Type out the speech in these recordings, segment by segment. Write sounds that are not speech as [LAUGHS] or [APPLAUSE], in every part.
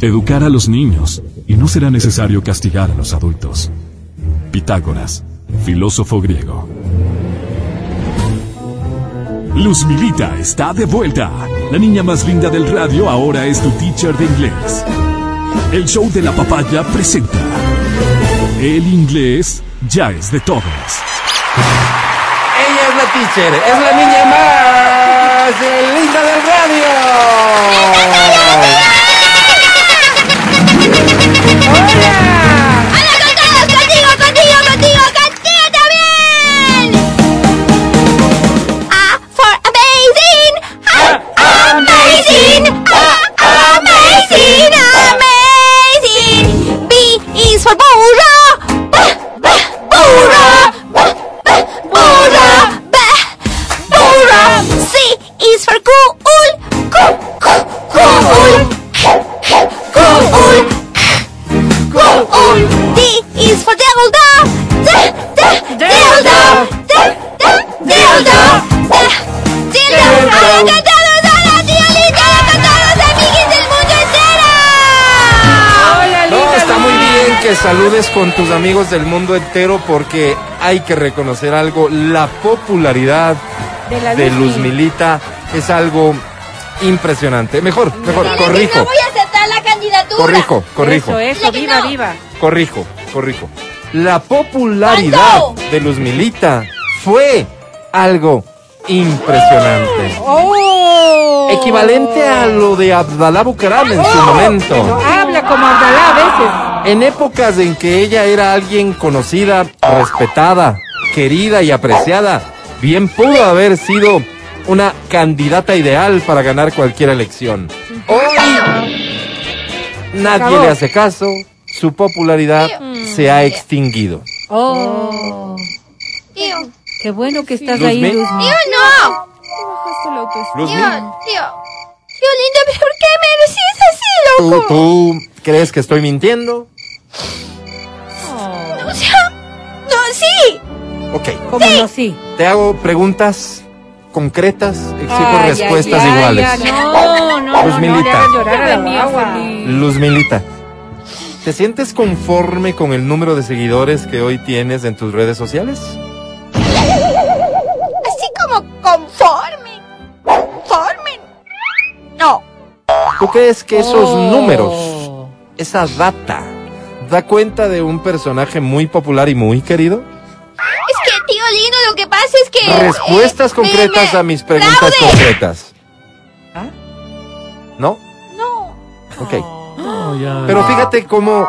Educar a los niños y no será necesario castigar a los adultos. Pitágoras, filósofo griego. Luz Milita está de vuelta. La niña más linda del radio ahora es tu teacher de inglés. El show de la papaya presenta. El inglés ya es de todos. Ella es la teacher, es la niña más eh, linda del radio. ¡Hola! ¡Hola con todos! ¡Contigo, contigo, contigo! ¡Contigo también! ¡Ah, for amazing! ¡Ah, amazing! ¡Ah, amazing! ¡Amazing! B is for burro! B, B, burro! B, B, burro! B, burro! C is for cool! Cool, cool, cool! Cool! D is for dildo. D, D, dildo. D, D, dildo. D, dildo. ¡Hola cantados! ¡Hola tía linda! ¡Hola cantados amiguis del mundo entero! Hola, no, está muy bien que saludes con tus amigos del mundo entero porque hay que reconocer algo, la popularidad de, Luz Milita es algo impresionante. Mejor, mejor, Dile que corrijo, No voy a aceptar la candidatura. corrijo, corrijo. Eso, eh. Dile eso, que viva, no. viva. Corrijo, corrijo. La popularidad ¿Cuánto? de Luz Milita fue algo impresionante. ¡Oh! Equivalente a lo de Abdalá Bucaram en su momento. Habla como Abdalá a En épocas en que ella era alguien conocida, respetada, querida y apreciada, bien pudo haber sido una candidata ideal para ganar cualquier elección. Hoy nadie Acabó. le hace caso, su popularidad se ha extinguido. veces. ¡Oh! Tío, Qué bueno que estás Luzmi. ahí, Luzmi. tío, no. Luzmi, Tío, tío. Tío lindo, ¿por qué me decís así, ¿tú, loco? tú crees que estoy mintiendo? O sea, no, sí. Ok, ¿Cómo no? Sí. te hago preguntas concretas, exijo Ay, respuestas ay, ay, iguales. ya, no, no, no, Luz no, no le Milita. hagas llorar a la guagua. Luz Milita, ¿te sientes conforme con el número de seguidores que hoy tienes en tus redes sociales? Así como conforme. Conforme. No. ¿Tú crees que esos Oh. números, esa data, da cuenta de un personaje muy popular y muy querido? Es que, tío lindo, lo que pasa es que. Respuestas eh, concretas me- a me- mis preguntas fraude. concretas. ¿Ah? ¿No? No. Ok. Pero fíjate cómo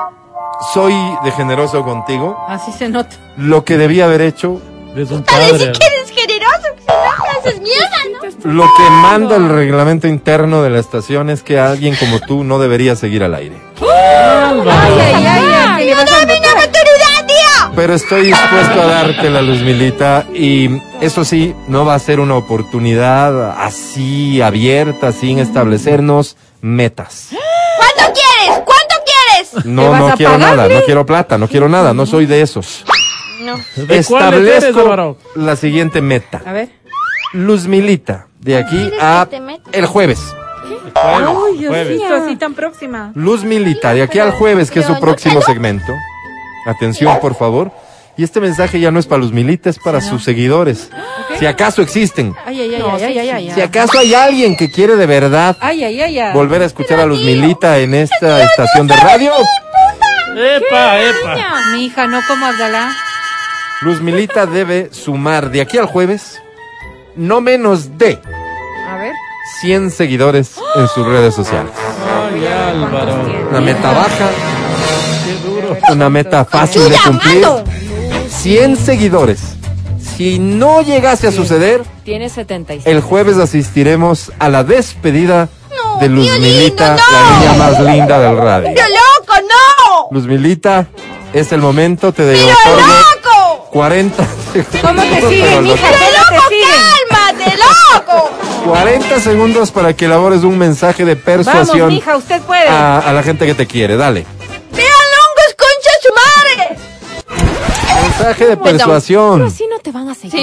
soy de generoso contigo. Así se nota. Lo que debía haber hecho, Eres un Para padre. decir que eres generoso, que si no me haces mierda, ¿no? lo que manda el reglamento interno de la estación es que alguien como tú no debería seguir al aire. Ay, ay, ay, ay, que le ¡No vas a dame una oportunidad, tío! Pero estoy dispuesto a darte la luz milita y eso sí, no va a ser una oportunidad así abierta, sin establecernos metas. ¿Cuánto quieres? ¿Cuánto quieres? ¿Te No, vas no a quiero nada, pagarle? no quiero plata, no quiero nada, no soy de esos. ¿De cuál eres, Establezco Álvaro? la siguiente meta. A ver. Luz milita, de aquí ¿Quieres a que este te meta? el jueves. Ay, Dios jueves. mío, así tan próxima. Luz Milita, de aquí al jueves, que es su Pero no próximo tengo- segmento. Atención, por favor. Y este mensaje ya no es para los Milita, es para sus seguidores. Si acaso existen, Ay, ay, ay, ay, ay, ay, ay, si acaso hay alguien que quiere de verdad ay, ay, ay, ay. volver a escuchar a Luz Milita en esta estación de radio, Epa, epa. Mi hija, no como Abdalá. Luz Milita debe sumar de aquí al jueves no menos de A ver. 100 seguidores en sus redes sociales. Ay, Álvaro. Una meta baja, Qué duro. una meta fácil de cumplir. 100 seguidores. Si no llegase a suceder, Tiene 75. el jueves asistiremos a la despedida No, de Luz tío Milita, lindo, la no. niña más linda del radio. ¡Pero loco, no! Luz Milita, es el momento, te ¡Pero otorgo loco! 40 segundos. ¿Cómo te para siguen, los- mija? ¡Pero Te loco, siguen. cálmate, loco! 40 segundos para que elabores un mensaje de Vamos, persuasión mija, usted puede. a, a la gente que te quiere. Dale. ¡Pero longos, concha su madre! Mensaje de Pues, persuasión. Sí,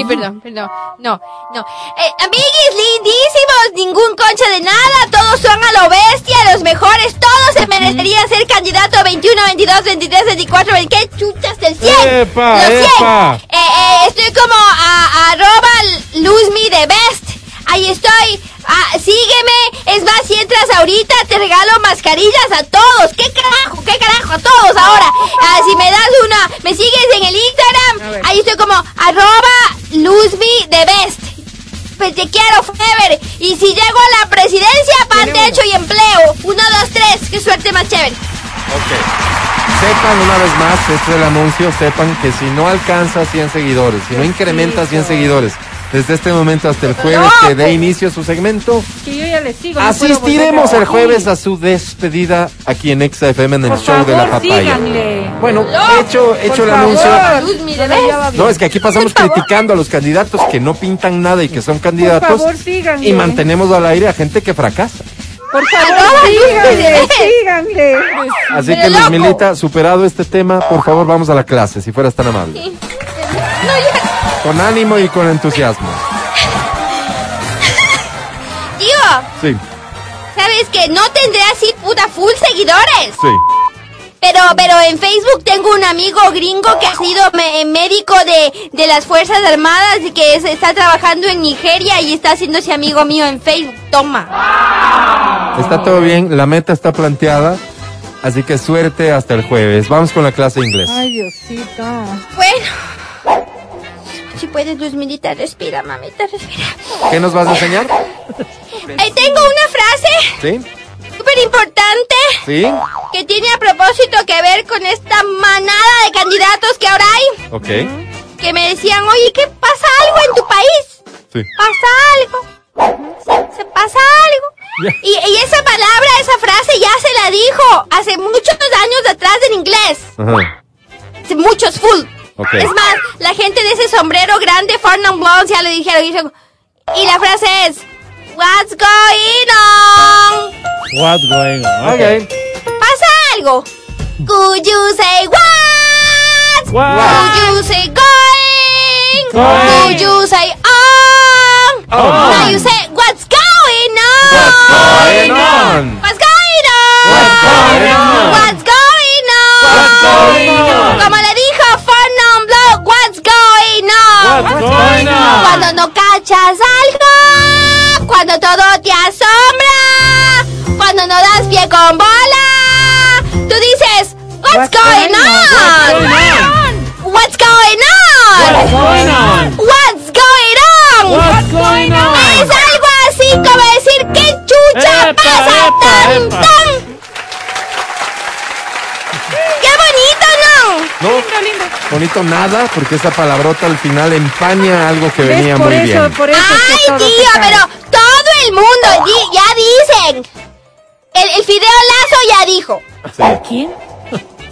Ah. perdón, perdón. No, no. Eh, amiguis lindísimos, ningún concha de nada, todos son a lo bestia, los mejores, todos se merecería ser candidato 21, 22, 23, 24, 20, ¿qué chuchas del 100? Epa, ¡Los 100! epa. Eh, eh, estoy como a, arroba lose me the best. Ahí estoy. Ah, sígueme. Es más, si entras ahorita, te regalo mascarillas a todos. ¿Qué carajo? ¿Qué carajo? A todos ahora. Ah, si me das una, me sigues en el A ver. Instagram. Ahí estoy como arroba lose me the best. Pues te quiero forever. Y si llego a la presidencia, pan, Tiene techo y empleo. Uno, dos, tres. Qué suerte más chévere. Sepan una vez más, este es el anuncio, sepan que si no alcanzas 100 seguidores, si no incrementas 100 seguidores, desde este momento hasta el jueves que pues. dé inicio a su segmento, Que yo ya les sigo. no puedo asistiremos volver el jueves aquí. a su despedida aquí en Exa FM en el Por show de la favor, papaya. síganle. Bueno, hecho, hecho Por el anuncio. favor. Luz, mi No, bebé. ya va bien. No, es que aquí [LAUGHS] pasamos Por favor. criticando a los candidatos que no pintan nada y que son candidatos favor, síganle. y mantenemos al aire a gente que fracasa. Por favor, Arroba Luz, mi síganle, bebé. síganle. Así Pero que Luis loco. Milita, superado este tema, por favor vamos a la clase, si fueras tan amable. No, ya. Con ánimo y con entusiasmo. Tío, Sí, sabes que no tendré así puta full seguidores. sí. Pero, pero en Facebook tengo un amigo gringo que ha sido me- eh, médico de, de las Fuerzas Armadas y que es- está trabajando en Nigeria y está haciéndose amigo mío en Facebook. Toma. Está todo bien, la meta está planteada, así que suerte hasta el jueves. Vamos con la clase de inglés. Ay, Diosito. Bueno. Si puedes, Luz Milita, respira, mamita, respira. ¿Qué nos vas a enseñar? Ahí tengo una frase ¿Sí? súper importante ¿Sí? que tiene a propósito que ver con esta manada de candidatos que ahora hay. Ok. Que me decían, oye, ¿qué pasa algo en tu país? Sí. pasa algo. Se, se pasa algo. Y, y esa palabra, esa frase ya se la dijo hace muchos años atrás en inglés. Ajá. Hace Muchos full. Ok. Es más, la gente de ese sombrero grande, Farnham Blondes, ya le dijeron. y dijeron- Y la frase es: What's going on? What going on? Ok. Pasa algo. Could you say what? What? Could you say going? Going. Could you say on? On. Now you say what's going on? What's going on? What's going on? What's going on? What's going on? What's going on? Como le dijo Farnum Blog, what's going on? What's going on? Cuando no cachas algo, cuando todo te asombra, cuando no das pie con bola, tú dices, what's, going, on? What's going What's on? going on? What's going on? What's going Es on? algo así como decir, ¿qué chucha Epa, pasa epa, tan, epa. tan? ¡Qué bonito, no! No, bonito nada, porque esa palabrota al final empaña algo que venía ¿Ves? Por muy eso, bien. por eso. es que Ay, todo se tío, cae. pero todo el mundo Oh. di- ya dicen. El, el Fideo Lazo ya dijo. ¿Quién?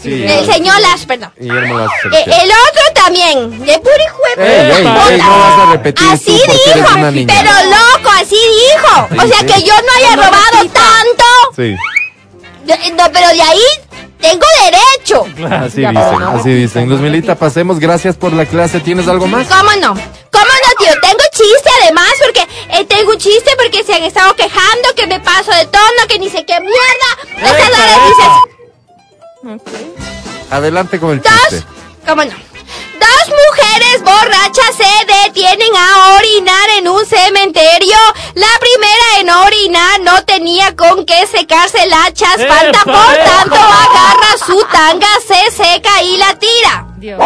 Sí, El señor Lazo, perdón. Guillermo Lazo Eh, el otro también. De puro hijo de Ey, ey, Epa, ey, puta. Eh, no vas a repetir Así tú porque dijo, eres una niña. pero loco, así dijo. Sí, O sea sí. que yo no haya robado tanto. Sí, de- no, pero de ahí tengo derecho. [LAUGHS] así dicen, así dicen. Luz Milita, pasemos, gracias por la clase. ¿Tienes algo más? ¿Cómo no? ¿Cómo no, tío? Tengo chiste además, porque eh, tengo un chiste porque se han estado quejando que me paso de tono, que ni sé qué mierda. Entonces Epa, ahora dices, Adelante con el dos, chiste. ¿cómo no? Dos mujeres borrachas se detienen a orinar en un cementerio. La primera en orinar no tenía con qué secarse la chaspanta, ¡Epa, por epa! tanto agarra su tanga, se seca y la tira. Dios.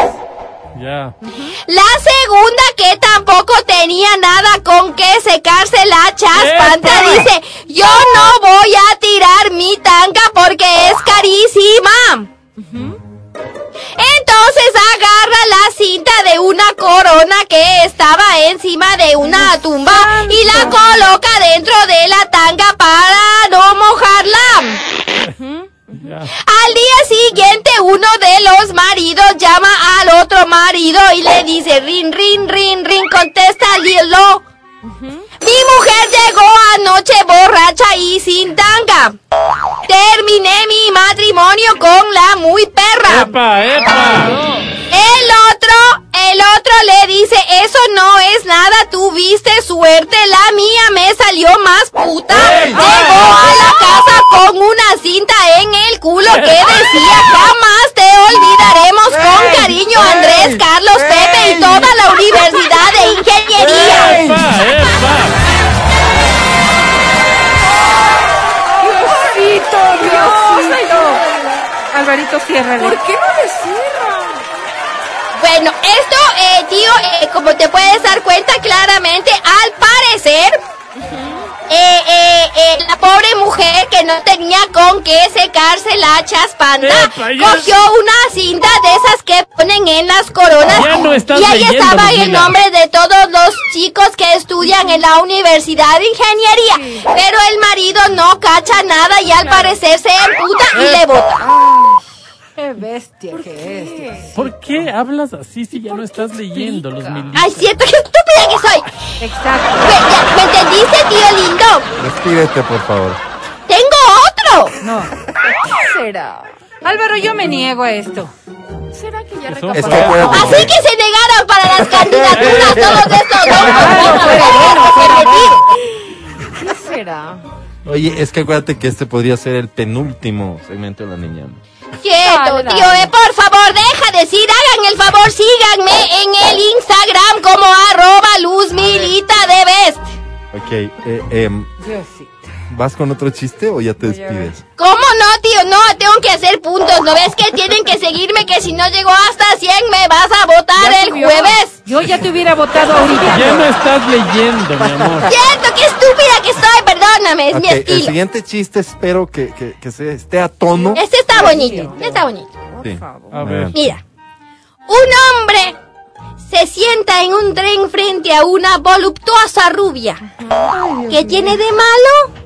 Ya. La segunda que tampoco tenía nada con que secarse la chaspanta ¡Epa! dice, yo no voy a tirar mi tanga porque es ¡Ah! carísima. Entonces agarra la cinta de una corona que estaba encima de una tumba y la coloca dentro de la tanga para no mojarla. Ya. Al día siguiente uno de los maridos llama al otro marido y le dice rin rin rin rin contesta Lilo. Mi mujer llegó anoche borracha y sin tanga. Terminé mi matrimonio con la muy perra. Epa, epa. El otro, el otro le dice, eso no es nada, tuviste suerte, la mía me salió más puta. Llegó a la casa con una cinta en día jamás te olvidaremos con cariño Andrés, Carlos, Pepe y toda la Universidad de Ingeniería. ¡Epa, epa! Diosito, Diosito. Alvarito, ciérrale. ¿Por qué no le cierra? Bueno, esto, eh, tío, eh, como te puedes dar cuenta claramente, al parecer, eh, eh, eh, la pobre mujer que no tenía con qué secarse la chaspanda, Epa, ya- cogió una cinta de esas que ponen en las coronas Ya no estás y ahí leyendo, estaba el Ludmila. nombre de todos los chicos que estudian en la Universidad de Ingeniería, pero el marido no cacha nada y al parecer se emputa y le bota. Qué bestia que es. Dios. ¿Por qué hablas así si ya no estás leyendo los mililitros? Ay, siento que estúpida que soy. Exacto. ¿Me, ya- ¿me entendiste, tío lindo? Despídete, por favor. Tengo otro. No. ¿Será? Álvaro, yo me niego a esto. ¿Será que ya Eso. recapacitó? Es que acuérdate Así que se negaron para [LAUGHS] las candidaturas todos estos locos por favor, que se metieron. ¿Qué será? Oye, es que acuérdate que este podría ser el penúltimo segmento de la niña. Quieto, Dale, dale. tío, eh, por favor, deja de decir, hagan el favor, síganme en el Instagram como arroba luzmilita de best. Ok, eh, em, Diosito. ¿vas con otro chiste o ya te despides? ¿Cómo no, tío? No, tengo que hacer puntos, ¿no ves que tienen que seguirme que si no llego hasta 100 me vas a votar Ya el subió. jueves? Yo ya te hubiera votado Ya ahorita. no estás leyendo, mi amor. Cierto, qué estúpida que soy, perdóname, es mi Ok, el estilo. siguiente chiste espero que, que, que se- esté a tono. Eh, Este está bonito, este está bonito. Sí. A ver. Mira, un hombre se sienta en un tren frente a una voluptuosa rubia. ¿Qué tiene de malo?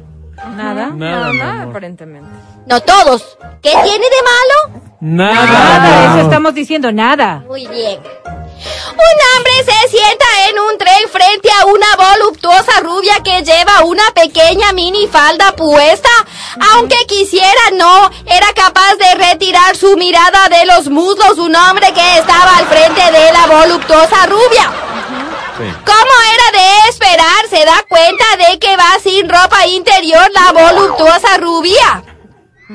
Nada. Nada, mi Nada, amor. aparentemente. No todos. ¿Qué tiene de malo? Nada, eso Nada. mi amor. estamos diciendo, nada. Muy bien. Un hombre se sienta en un tren frente a una voluptuosa rubia que lleva una pequeña minifalda puesta. Aunque quisiera, no era capaz de retirar su mirada de los muslos un hombre que estaba al frente de la voluptuosa rubia. Sí. Como era de esperar, se da cuenta de que va sin ropa interior la voluptuosa rubia.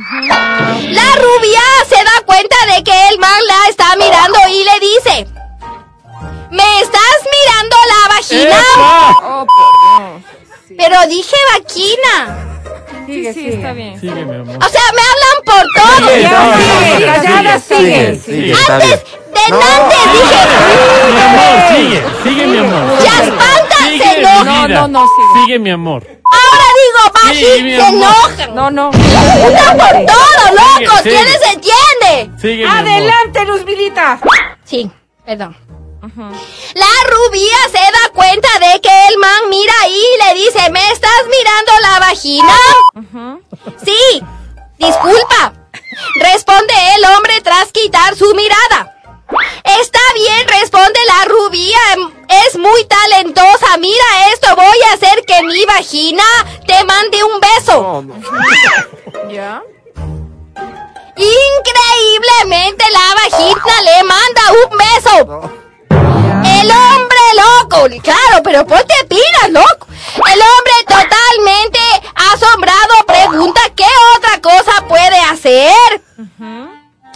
La rubia se da cuenta de que el man la está mirando y le dice, ¿me estás mirando la vagina? ¡Epa! Oh, por Dios. Pero dije vagina. Sí, sí, está bien. Sigue, mi amor. O sea, me hablan por todo. Sí, no, no, no, sigue, no, callada, sigue. sigue, está bien. Antes, delante Mi dije, amor, sigue. Sigue, mi amor. ya espantan, se Sigue, enojan. mi vida. No, no, no, sigue. Sigue, mi amor. Ahora Sí, digo, mi vagina, se amor. enojan. No, no. Puta por todo, Sigue, loco. sigue. ¿Quiénes se entiende? Sigue, mi amor. Adelante, Luz Milita. Sí, perdón. La rubia se da cuenta de que el man mira ahí y le dice, ¿me estás mirando la vagina? Sí, disculpa. Responde el hombre tras quitar su mirada. Está bien, responde la rubia. em, Es muy talentosa. Mira esto, voy a hacer que mi vagina te mande un No, beso. no. ¿Ya? Increíblemente la vagina le manda un beso. El hombre loco, claro, pero ponte pilas, loco. El hombre totalmente asombrado pregunta qué otra cosa puede hacer. No,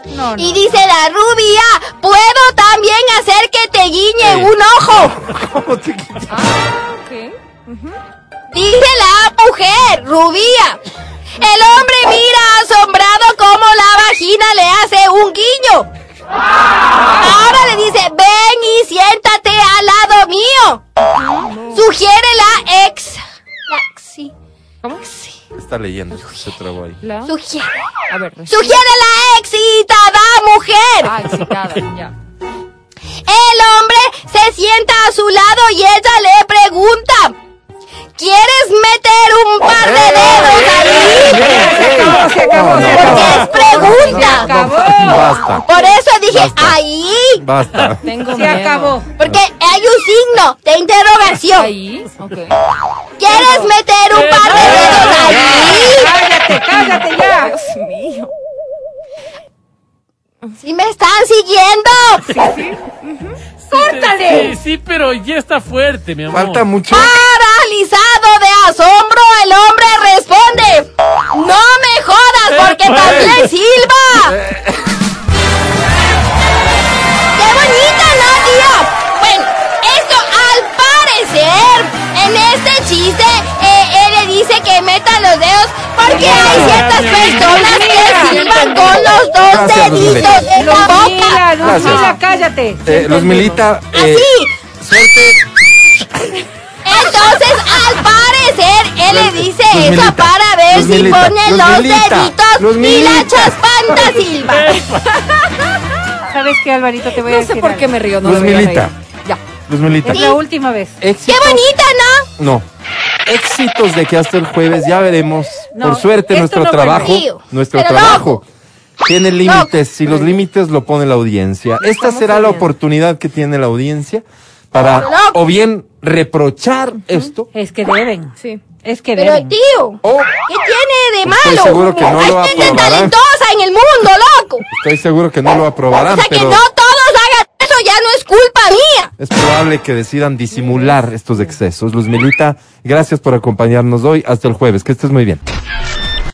no. Y dice la rubia, puedo también hacer que te guiñe Sí. un ojo. Ok. Dice la mujer, rubia. El hombre mira asombrado cómo la vagina le hace un guiño. Ahora le dice, ven y siéntate al lado mío. Sugiere la ex. la ex- sí, Está leyendo, se trabó ahí. La. Sugiere, A ver. sugiere la excitada mujer. Ah, excitada, ya. El hombre se sienta a su lado y ella le pregunta, ¿quieres meter un par de dedos ahí? Se acabó, se Porque acabó. es pregunta. acabó. Basta, Por eso dije Basta. ahí, basta. Tengo Se acabó. porque hay un signo de interrogación. Ahí. Ok. ¿Quieres meter un par de dedos ahí? Cállate, cállate ya. Dios mío. Si me están siguiendo. Sí, sí, pero ya está fuerte, mi amor. Falta mucho. Ah, Paralizado de asombro, el hombre responde. No me jodas, ¿por porque también silba. ¡Qué bonita, no, tío! Bueno, esto al parecer, en este chiste, eh, él le dice que meta los dedos porque hay ciertas personas que silban con los dos Gracias, deditos en la boca. Ludmila, Ludmila, Gracias. cállate. Eh, Luzmilita, eh, Así. suerte. Entonces, al parecer, él le dice Luzmilita, eso para ver Luzmilita, si pone los Luzmilita, deditos Luzmilita. y [LAUGHS] la chaspanta silba. ¿Sabes qué, Alvarito? Te voy a No decir sé por qué algo. me río, no Luz debería Milita. reír. Ya. Luzmilita. Es la última vez. ¡Qué Éxito. bonita, no! No. Éxitos de que hasta el jueves ya veremos. No, Por suerte esto nuestro no trabajo, vuelve. nuestro Pero trabajo tiene límites y los límites lo pone la audiencia. Esta será la oportunidad que tiene la audiencia para o bien reprochar esto Es que deben. Sí. Es que Pero, deben. tío, o ¿qué tiene de malo? Estoy seguro que no Hay lo gente aprobarán. talentosa en el mundo, loco. estoy seguro que no lo O aprobarán, sea, que pero no todos hagan eso, ya no es culpa mía. es probable que decidan disimular estos excesos. Luzmilita, gracias por acompañarnos hoy. Hasta el jueves. Que estés muy bien.